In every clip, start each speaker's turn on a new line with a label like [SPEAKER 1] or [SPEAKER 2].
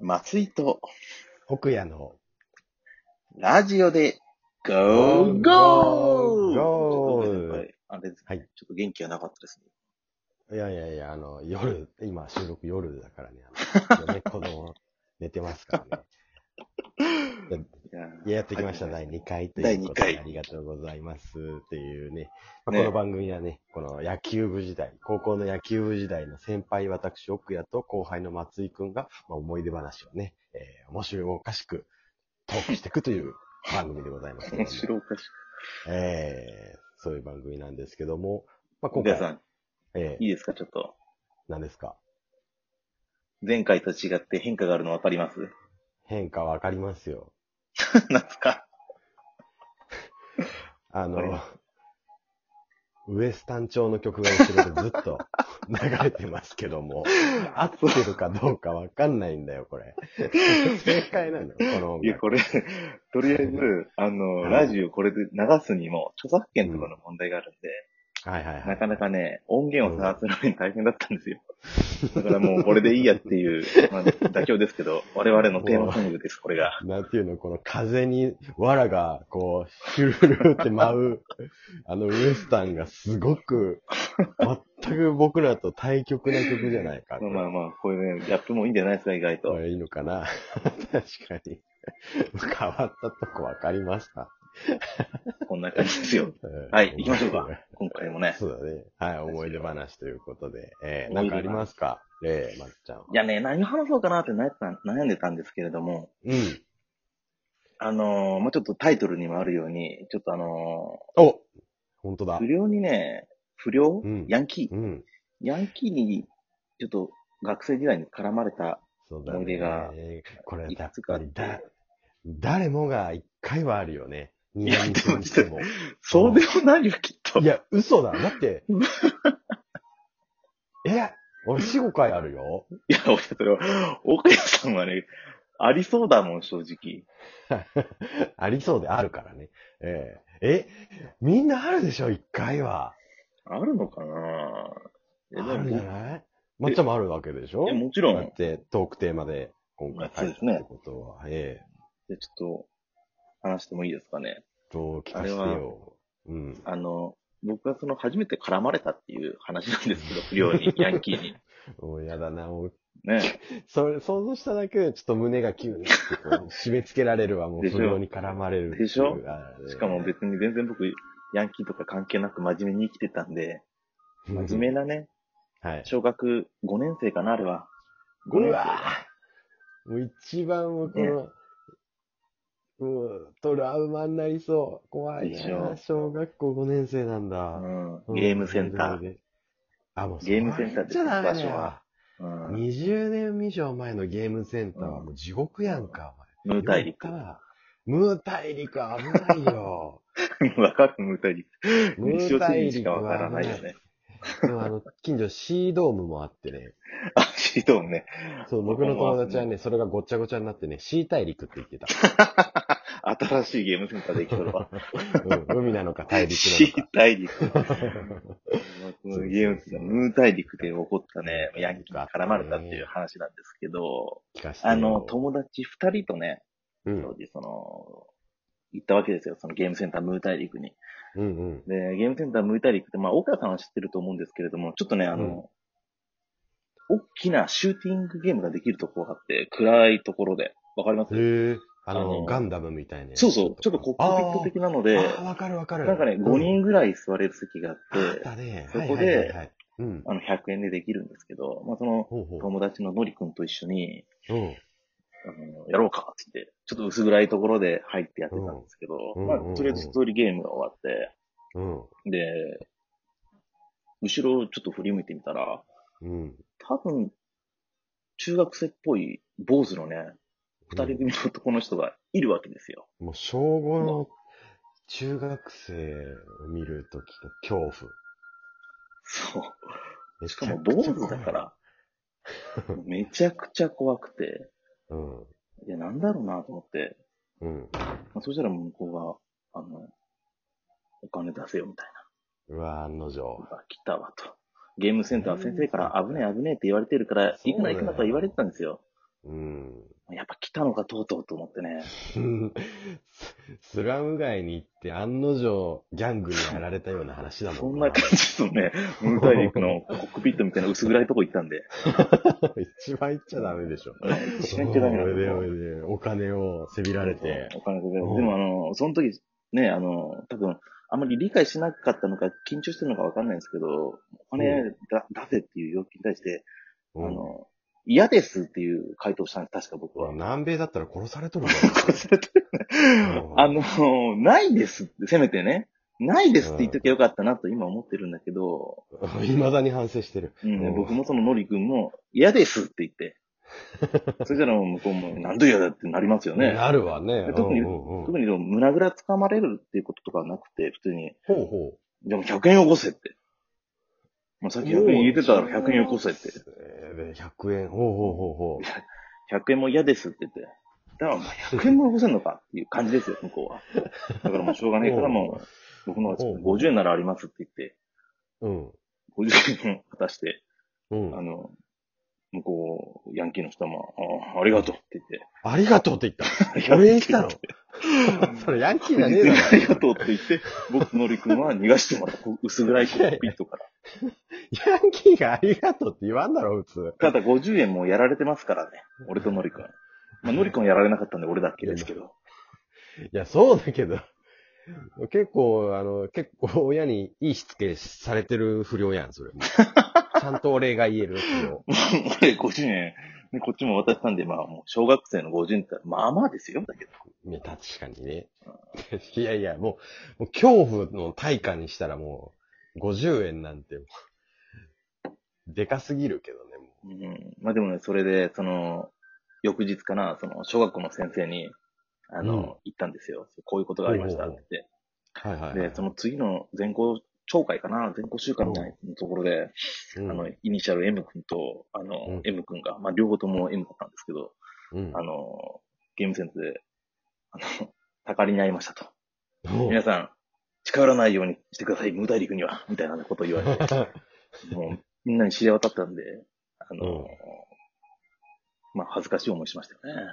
[SPEAKER 1] 松井と
[SPEAKER 2] 奥屋の
[SPEAKER 1] ラジオで、ゴーゴー
[SPEAKER 2] ゴー
[SPEAKER 1] ということでねこれあれですね、
[SPEAKER 2] はい
[SPEAKER 1] ちょっと元気がなかったですね。
[SPEAKER 2] いやいやいや、あの、夜、今収録夜だからね、あ の嫁子供寝てますからね。
[SPEAKER 1] いや
[SPEAKER 2] いや、やってきました、第2回と
[SPEAKER 1] 第
[SPEAKER 2] いう
[SPEAKER 1] 二
[SPEAKER 2] こと
[SPEAKER 1] 回
[SPEAKER 2] で、ありがとうございます。っていうね、まあ、
[SPEAKER 1] ね
[SPEAKER 2] この番組はね、この野球部時代、高校の野球部時代の先輩、私、奥谷と後輩の松井くんが、まあ、思い出話をね、えー面白いおかしくトークしていくという番組でございますけども。
[SPEAKER 1] 面白おかしく。
[SPEAKER 2] えーそういう番組なんですけども、まあ、今
[SPEAKER 1] 皆さ
[SPEAKER 2] 回、
[SPEAKER 1] ん、
[SPEAKER 2] え
[SPEAKER 1] いいですかちょっと。
[SPEAKER 2] ー、何ですか
[SPEAKER 1] 前回と違って変化があるのわかります
[SPEAKER 2] 変化わかりますよ。
[SPEAKER 1] なんすか
[SPEAKER 2] あ
[SPEAKER 1] あれ
[SPEAKER 2] の、ウエスタン調の曲が後ろでず っと流れてますけども、合ってるかどうかわかんないんだよ、これ。正解なのこの音
[SPEAKER 1] いや、
[SPEAKER 2] 楽。
[SPEAKER 1] これ、とりあえず、あの、
[SPEAKER 2] はい
[SPEAKER 1] ラジオこれで流すにも、著作権とかの問題があるんで、
[SPEAKER 2] はいはいはい。
[SPEAKER 1] なかなかね、音源を探すのに大変だったん ですよ。だからもうこれでいいやっていう、まあ、妥協ですけど、我々のテーマソングです、これが。
[SPEAKER 2] なんていうの、この風に、藁が、こう、シュルルルって舞う、 あのウエスタンがすごく、全く僕らと対極な曲じゃないか。
[SPEAKER 1] まあまあまあ、こういうね、ギャップもいいんじゃないですか、意外。
[SPEAKER 2] ことれいいのかな 確か に。変わったとこわかりました。
[SPEAKER 1] こんな感じです よ。
[SPEAKER 2] うん
[SPEAKER 1] はい行きましょうか。今回もね。
[SPEAKER 2] そうだね。はい、思い出話ということで。えー、
[SPEAKER 1] 思
[SPEAKER 2] ないん
[SPEAKER 1] 出話
[SPEAKER 2] かありますかええまっちゃん。
[SPEAKER 1] いやね、何話そうかなって悩んでた悩んでたんですけれども、
[SPEAKER 2] うん。
[SPEAKER 1] あのーまあ、ちょっとタイトルにもあるように、ちょっとあの
[SPEAKER 2] お本当
[SPEAKER 1] ー
[SPEAKER 2] だ
[SPEAKER 1] 不。良にね、不良、
[SPEAKER 2] うん
[SPEAKER 1] ヤンキー
[SPEAKER 2] うん。
[SPEAKER 1] ヤンキーに、ちょっと学生時代に絡まれた、
[SPEAKER 2] そうだ
[SPEAKER 1] 思い出が
[SPEAKER 2] ね。これ、
[SPEAKER 1] い
[SPEAKER 2] やっ
[SPEAKER 1] くつかあ
[SPEAKER 2] ぱ
[SPEAKER 1] って
[SPEAKER 2] りだ、誰もが一回はあるよね。い
[SPEAKER 1] やでも
[SPEAKER 2] しても。
[SPEAKER 1] そうでもないよ、きっと。
[SPEAKER 2] いや、嘘だ。だって。 え俺四五回あるよ。
[SPEAKER 1] いや、俺、それは、岡谷さんはね、ありそうだもん、正直。
[SPEAKER 2] ありそうであるからね。えええ、みんなあるでしょ一回は。
[SPEAKER 1] あるのかなえ
[SPEAKER 2] あるんじゃ
[SPEAKER 1] も
[SPEAKER 2] ないまっちゃんもあるわけでしょ
[SPEAKER 1] えもちろ
[SPEAKER 2] だ
[SPEAKER 1] ん
[SPEAKER 2] っ、てトークテーマで今回書いたってことは、ええ
[SPEAKER 1] でちょっと、話してもいいですかね。
[SPEAKER 2] どう聞かせて
[SPEAKER 1] あれ
[SPEAKER 2] よ。うん。
[SPEAKER 1] あの、僕がその、初めて絡まれたっていう話なんです けど、不良に、ヤンキーに。
[SPEAKER 2] もうやだな。もう
[SPEAKER 1] ね。
[SPEAKER 2] それ、想像しただけでちょっと胸がキュンってこう締め付けられるわ。もう
[SPEAKER 1] でしょ
[SPEAKER 2] 不良に絡まれるっていう。
[SPEAKER 1] でしょ
[SPEAKER 2] あれ
[SPEAKER 1] しかも別に全然僕、ヤンキーとか関係なく真面目に生きてたんで、真面目なね、
[SPEAKER 2] はい。
[SPEAKER 1] 小学5年生かな、あれは。5
[SPEAKER 2] う
[SPEAKER 1] 年
[SPEAKER 2] わぁもう一番もうこの、もうトラウマになりそう。怖いな
[SPEAKER 1] でしょ
[SPEAKER 2] 小学校5年生なんだ。
[SPEAKER 1] 生。う。
[SPEAKER 2] うんん
[SPEAKER 1] ゲームセンター。
[SPEAKER 2] あ、もう
[SPEAKER 1] ゲームセンターです
[SPEAKER 2] じゃダメだ
[SPEAKER 1] 場所
[SPEAKER 2] よ
[SPEAKER 1] は。うん。
[SPEAKER 2] 20年以上前のゲームセンターはもう地獄やんか、
[SPEAKER 1] ム
[SPEAKER 2] お前。
[SPEAKER 1] ー大陸。
[SPEAKER 2] ムー大陸は危ないよ。
[SPEAKER 1] わかるムー大陸。
[SPEAKER 2] ム
[SPEAKER 1] 西
[SPEAKER 2] ー
[SPEAKER 1] 尾市
[SPEAKER 2] 大
[SPEAKER 1] 民し
[SPEAKER 2] 陸
[SPEAKER 1] か
[SPEAKER 2] は
[SPEAKER 1] わからないよ
[SPEAKER 2] 危
[SPEAKER 1] ね。
[SPEAKER 2] ない。でもあの、近所 C ドームもあってね。
[SPEAKER 1] あ、シートンね。
[SPEAKER 2] そう、僕の友達はね、それがごっちゃごちゃになってね、C 大陸って 言ってた。
[SPEAKER 1] 新しいゲームセンターできとるわ。
[SPEAKER 2] うん、海なのか大陸
[SPEAKER 1] シー大 陸。
[SPEAKER 2] なのか。そう
[SPEAKER 1] ゲームセンター、ムー大陸で起こったね、ヤンキーに絡まれたっていう話なんですけど、
[SPEAKER 2] 聞かせてよ
[SPEAKER 1] あの、友達二人とね、
[SPEAKER 2] うん、
[SPEAKER 1] 当時その、行ったわけですよ、そのゲームセンタームー大陸に。
[SPEAKER 2] うん、うん。
[SPEAKER 1] で、ゲームセンタームー大陸って、まあ、岡さんは知ってると思うんですけれども、ちょっとね、あの、大きなシューティングゲームができるところがあって、暗いところで。わかります
[SPEAKER 2] へえ、あ
[SPEAKER 1] あの
[SPEAKER 2] の、ガンダムみたいなやつ
[SPEAKER 1] そうそう、ちょっとコックピット的なので、
[SPEAKER 2] ああ、わかるわかる。
[SPEAKER 1] なんかね、
[SPEAKER 2] う
[SPEAKER 1] 5人ぐらい座れる席があっ、
[SPEAKER 2] あってたね。
[SPEAKER 1] そこで
[SPEAKER 2] はいはいはいはい、うん。
[SPEAKER 1] あの、100円でできるんですけど、まあ、その、
[SPEAKER 2] ほうほう。
[SPEAKER 1] 友達ののりくんと一緒に、
[SPEAKER 2] うん。
[SPEAKER 1] あの、やろうかって言って、ちょっと薄暗いところで入ってやってたんですけど、
[SPEAKER 2] うん
[SPEAKER 1] まあ
[SPEAKER 2] うんうんう、ん
[SPEAKER 1] とりあえず一通りゲームが終わって、
[SPEAKER 2] うん。
[SPEAKER 1] で、後ろをちょっと振り向いてみたら、
[SPEAKER 2] うん。
[SPEAKER 1] 多分、中学生っぽい坊主のね、二人組の男の人がいるわけですよ。
[SPEAKER 2] もう、小5の中学生を見るときの恐怖。
[SPEAKER 1] そう。
[SPEAKER 2] め
[SPEAKER 1] し
[SPEAKER 2] ち
[SPEAKER 1] か
[SPEAKER 2] ゃ
[SPEAKER 1] も
[SPEAKER 2] く
[SPEAKER 1] 坊
[SPEAKER 2] ちゃ怖
[SPEAKER 1] 主
[SPEAKER 2] い
[SPEAKER 1] だか。 ら、めちゃくちゃ怖くて、
[SPEAKER 2] うん。
[SPEAKER 1] いや、なんだろうなと思って、
[SPEAKER 2] うん。
[SPEAKER 1] まあ、そしたら向こうが、あの、お金出せよみたいう
[SPEAKER 2] わ、案の定
[SPEAKER 1] な。。あ来たわと。ゲームセンター先生から危ねえ危ねえって言われてるから、行くな行くなとは言われてたんですよ。
[SPEAKER 2] うん。
[SPEAKER 1] やっぱ来たのか、とうとうと思ってね。
[SPEAKER 2] ススラム街に行って案の定、ギャングにやられたような話だ
[SPEAKER 1] そ
[SPEAKER 2] もん
[SPEAKER 1] んな感じですよ ね。ムーン大陸のコックピットみたいな薄暗いとこ行ったんで。
[SPEAKER 2] 一番行っちゃダメでしょ。
[SPEAKER 1] 一番行っちゃダメなん
[SPEAKER 2] お
[SPEAKER 1] で
[SPEAKER 2] い
[SPEAKER 1] す
[SPEAKER 2] で
[SPEAKER 1] よ
[SPEAKER 2] おいで、お金をせびられて。
[SPEAKER 1] お金で。で
[SPEAKER 2] うん
[SPEAKER 1] もあの、その時、ね、あの、多分、あんまり理解しなかったのか、緊張してるのかわかんないんですけど、お金だ出せっていう要求に対して、あ
[SPEAKER 2] うん
[SPEAKER 1] の、嫌ですっていう回答したんです、確か僕は。
[SPEAKER 2] 南米だったら殺されとるわ。
[SPEAKER 1] 殺されてるね
[SPEAKER 2] う ん
[SPEAKER 1] あの、ないですって、せめてね。ないですって言っときゃよかったなと今思ってるんだけど、
[SPEAKER 2] 未だに反省してる。
[SPEAKER 1] うん
[SPEAKER 2] うん
[SPEAKER 1] 僕もそのノリ君も嫌ですって言 って、そしたらもう向こうもなんで嫌だってなりますよね。
[SPEAKER 2] なるわね。
[SPEAKER 1] で特に
[SPEAKER 2] うんうんうん
[SPEAKER 1] 特にでも胸ぐらつかまれるっていうこととかはなくて、普通に、
[SPEAKER 2] ほうほう。
[SPEAKER 1] でも100円よこせって。まあ、さっき100円入れてたから100円よこせって。
[SPEAKER 2] えー100円。ほうほうほうほう。
[SPEAKER 1] 100円も嫌ですって言って。だから、まあ100円もよこせんのかっていう感じですよ、向こうは。だから もうしょうがねえからもう、僕の方が50円ならありますって言って、
[SPEAKER 2] うん。
[SPEAKER 1] 50円を渡して、
[SPEAKER 2] うん
[SPEAKER 1] あ。の、向こう、ヤンキーの人も、あありがとうって言って。
[SPEAKER 2] ありがとうって言った。お礼したのそれヤンキーじゃねえだ ろ。
[SPEAKER 1] ありがとうって言って、僕のりくんは逃がしてもらった。こう薄暗いコックピットから。
[SPEAKER 2] ヤンキーがありがとうって言わんだろ、普通。
[SPEAKER 1] ただ50円もやられてますからね。俺とのりくん。まあ、のりくんはやられなかったんで俺だっけですけど。
[SPEAKER 2] いや、そうだけど。結構、あの、結構親にいいしつけされてる不良やん、それ。 ちゃんとお礼が言える不良。
[SPEAKER 1] 俺50円、ね、こっちも渡したんで、まあ、もう小学生の50円って言ったら、まあまあですよ。だけど。
[SPEAKER 2] ね確かにね。 いやいや、もう、もう恐怖の対価にしたらもう、50円なんてもう、でかすぎるけどね、
[SPEAKER 1] う
[SPEAKER 2] も
[SPEAKER 1] ん。まあでもね、それで、その、翌日かな、その、小学校の先生に、あの、
[SPEAKER 2] うん
[SPEAKER 1] 言ったんですよ。こういうことがありましたって言って。
[SPEAKER 2] う。はいはい、
[SPEAKER 1] で、その次の全校懲会かな全校週間みたいなところで、
[SPEAKER 2] うん、
[SPEAKER 1] あの、イニシャル M 君と、あの、
[SPEAKER 2] うん
[SPEAKER 1] M 君が、まあ、両方とも M だったんですけど、
[SPEAKER 2] うん、
[SPEAKER 1] あの、ゲームセンターで、あの、 たかりになりましたと。
[SPEAKER 2] お
[SPEAKER 1] 皆さん、近寄らないようにしてください、無大陸には、みたいなことを言われて、もう、みんなに知れ渡ったんで、あの、
[SPEAKER 2] うん
[SPEAKER 1] まあ、恥ずかしい思いしましたよね。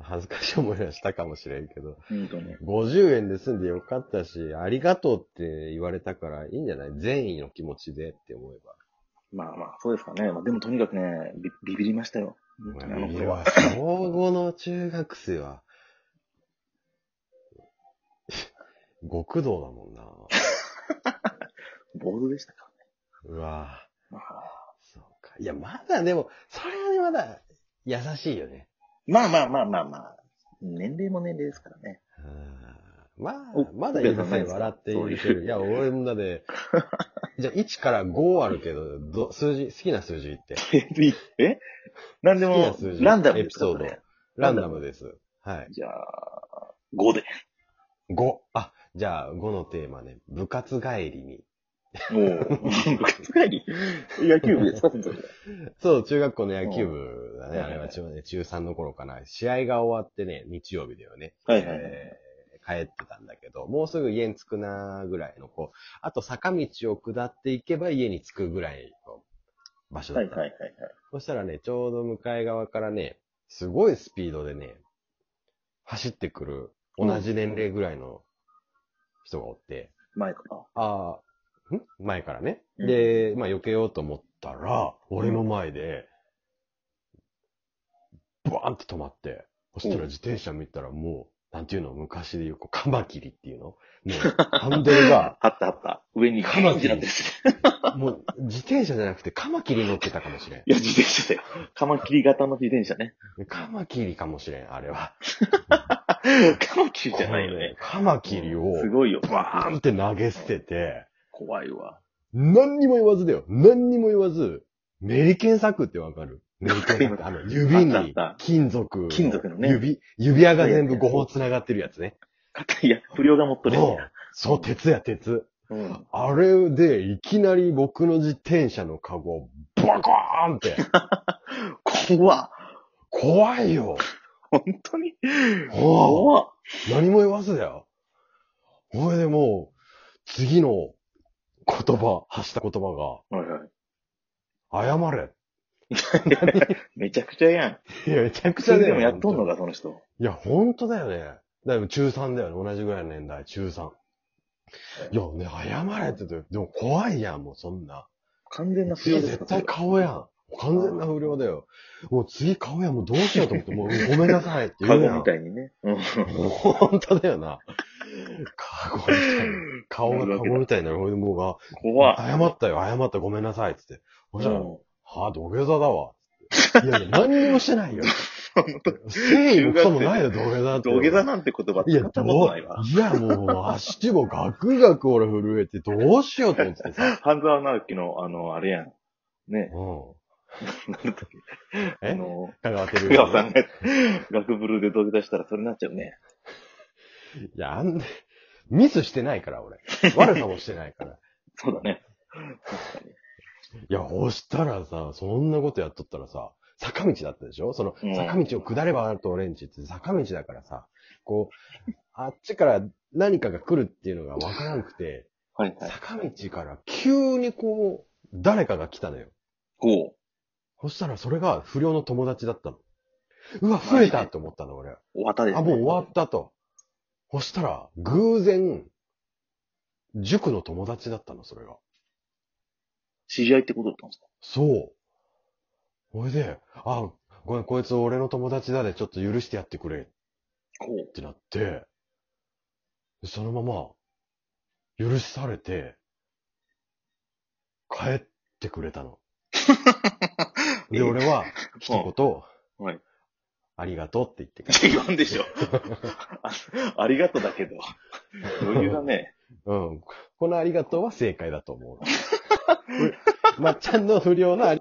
[SPEAKER 2] 恥ずかしい思いはしたかもしれんけど、
[SPEAKER 1] 本当に。
[SPEAKER 2] 50円で済んでよかったし、ありがとうって言われたからいいんじゃない善意の気持ちでって思えば。
[SPEAKER 1] まあまあ、そうですかね。まあ、でもとにかくね、ビビビりましたよ。本当にあの
[SPEAKER 2] い
[SPEAKER 1] 頃は
[SPEAKER 2] や、小5の中学生は、 極道だもんな。
[SPEAKER 1] ボードでしたか
[SPEAKER 2] うわ
[SPEAKER 1] らね。
[SPEAKER 2] ぁ、そうか。いや、まだでも、それはね、まだ、優しいよね。
[SPEAKER 1] まあまあまあまあまあ。年齢も年齢ですからね。
[SPEAKER 2] うんまあ
[SPEAKER 1] お、
[SPEAKER 2] まだ許せない笑っていける。いや、俺もだで、じゃあ1から5あるけど、ど数字、好きな数字言って。
[SPEAKER 1] えなんで
[SPEAKER 2] 好
[SPEAKER 1] も
[SPEAKER 2] きな数、字
[SPEAKER 1] ランダム
[SPEAKER 2] エ
[SPEAKER 1] で
[SPEAKER 2] ピ
[SPEAKER 1] すか
[SPEAKER 2] ソー
[SPEAKER 1] ら
[SPEAKER 2] ド
[SPEAKER 1] ね。。
[SPEAKER 2] ランダムです。はい。
[SPEAKER 1] じゃあ、5で。
[SPEAKER 2] 5。あ、じゃあ5のテーマね。部活帰りに。
[SPEAKER 1] おお。部活帰り 野球部ですかその時は。
[SPEAKER 2] そう、中学校の野球部だね。
[SPEAKER 1] うん
[SPEAKER 2] あれは中,、中3の頃かな。試合が終わってね、日曜日だよね。
[SPEAKER 1] はいはいはい
[SPEAKER 2] えー帰ってたんだけど、もうすぐ家に着くなぐらいの、こう、あと坂道を下っていけば家に着くぐらいの場所だ
[SPEAKER 1] は
[SPEAKER 2] っ
[SPEAKER 1] い
[SPEAKER 2] た。
[SPEAKER 1] はいはいはい。
[SPEAKER 2] そしたらね、ちょうど向かい側からね、すごいスピードでね、走ってくる、同じ年齢ぐらいの人がおって、
[SPEAKER 1] 前から。
[SPEAKER 2] ああ、ん前からね。
[SPEAKER 1] うん
[SPEAKER 2] で、まあ、避けようと思ったら、俺の前で、ブワーンって止まって、そしたら自転車見たらもう、なんていうの、昔で言う、こう、カマキリっていうのもう、ハンド ルが、
[SPEAKER 1] あったあった。上に
[SPEAKER 2] カマキリ
[SPEAKER 1] なんです。
[SPEAKER 2] もう、自転車じゃなくてカマキリ乗ってたかもしれん。
[SPEAKER 1] いや、自転車だよ。カマキリ型の自転車ね。
[SPEAKER 2] カマキリかもしれん、あれは。
[SPEAKER 1] カマキリじゃないよね。
[SPEAKER 2] カマキリを、
[SPEAKER 1] すごいよ。
[SPEAKER 2] バーンって投げ捨てて、
[SPEAKER 1] 怖いわ。
[SPEAKER 2] 何にも言わずだよ。何にも言わず、メリケンサクってわかるメリケンサク。あの、指
[SPEAKER 1] あっ
[SPEAKER 2] に
[SPEAKER 1] たあった
[SPEAKER 2] 金属。
[SPEAKER 1] 金属のね
[SPEAKER 2] 指、指輪が全部5本繋がってるやつね。
[SPEAKER 1] いや、不良が持っとるやつ
[SPEAKER 2] そうそう、鉄や、鉄。
[SPEAKER 1] や。うん。
[SPEAKER 2] あれで、いきなり僕の自転車のカゴ、バコーンって。
[SPEAKER 1] 怖っ
[SPEAKER 2] 怖いよ。
[SPEAKER 1] 本当に
[SPEAKER 2] おう
[SPEAKER 1] 怖っ
[SPEAKER 2] 何も言わずだよ。ほいでもう、次の言葉、発した言葉が、
[SPEAKER 1] はいはい。
[SPEAKER 2] 謝れ。
[SPEAKER 1] めちゃくちゃやん。
[SPEAKER 2] いや、めちゃく
[SPEAKER 1] 普
[SPEAKER 2] ちゃ
[SPEAKER 1] 通
[SPEAKER 2] だよ。
[SPEAKER 1] でもやっとんのか、その人。
[SPEAKER 2] いや、ほんとだよね。だから中3だよね。同じぐらいの年代、中3。いや、ね、謝れって言って、でも怖いやん、もうそんな。
[SPEAKER 1] 完全な不
[SPEAKER 2] い
[SPEAKER 1] 良
[SPEAKER 2] や、
[SPEAKER 1] です
[SPEAKER 2] 絶対顔やん。完全な不良だよ。もう次顔やん、もうどうしようと思って、もうごめんなさいって
[SPEAKER 1] カ
[SPEAKER 2] 言う
[SPEAKER 1] ゴ
[SPEAKER 2] やん
[SPEAKER 1] み。たいにね。うん。
[SPEAKER 2] もうほんとだよな。カゴみた いな。顔がカゴみたいになる。ほいでもうが、
[SPEAKER 1] 怖っ。
[SPEAKER 2] 謝ったよ、謝った、ごめんなさい、つって。ほいじゃ、
[SPEAKER 1] うん
[SPEAKER 2] はあ、土下座だわ。いやいや、何にもし てないよ。誠意もクソもないよ、土下座って。
[SPEAKER 1] 土下座なんて言葉
[SPEAKER 2] いや、
[SPEAKER 1] 使った
[SPEAKER 2] ど
[SPEAKER 1] こと
[SPEAKER 2] う
[SPEAKER 1] ないわ。
[SPEAKER 2] いや、もう、足もガクガク俺震えて、どうしようと思って さ。
[SPEAKER 1] 半沢直樹の、あの、あれやん。ね。
[SPEAKER 2] う
[SPEAKER 1] なんだったっけ
[SPEAKER 2] ん。
[SPEAKER 1] あ
[SPEAKER 2] え
[SPEAKER 1] の、
[SPEAKER 2] 香川照
[SPEAKER 1] 福
[SPEAKER 2] 之
[SPEAKER 1] 川さんが、学ブルで土下座したらそれになっちゃうね。
[SPEAKER 2] いや、あんで、ミスしてないから、俺。悪さもしてないから。
[SPEAKER 1] そうだね。
[SPEAKER 2] いや、押したらさ、そんなことやっとったらさ、坂道だったでしょその
[SPEAKER 1] うん、
[SPEAKER 2] 坂道を下ればあるとオレンジって坂道だからさ、こう、あっちから何かが来るっていうのがわからなくて、
[SPEAKER 1] はいはい。
[SPEAKER 2] 坂道から急にこう、誰かが来たのよ。
[SPEAKER 1] こ
[SPEAKER 2] そしたらそれが不良の友達だったの。うわ、増えたと思ったの、俺。
[SPEAKER 1] う、終わったです、
[SPEAKER 2] あ、
[SPEAKER 1] ね。
[SPEAKER 2] もう終わったと。そしたら、偶然、塾の友達だったの、それが。
[SPEAKER 1] 知り合いってことだったんですか
[SPEAKER 2] そう。ほいで、あ、ごめん、こいつ俺の友達だで、ちょっと許してやってくれ
[SPEAKER 1] こう
[SPEAKER 2] っ。てなって、でそのまま、許されて、帰ってくれたの。で、俺は、 一言、
[SPEAKER 1] はい
[SPEAKER 2] ありがとうって言って帰っ
[SPEAKER 1] 違うんで しょ。あありがとうだけど。余裕だね。
[SPEAKER 2] うん。このありがとうは正解だと思う。まっちゃんの不良のあり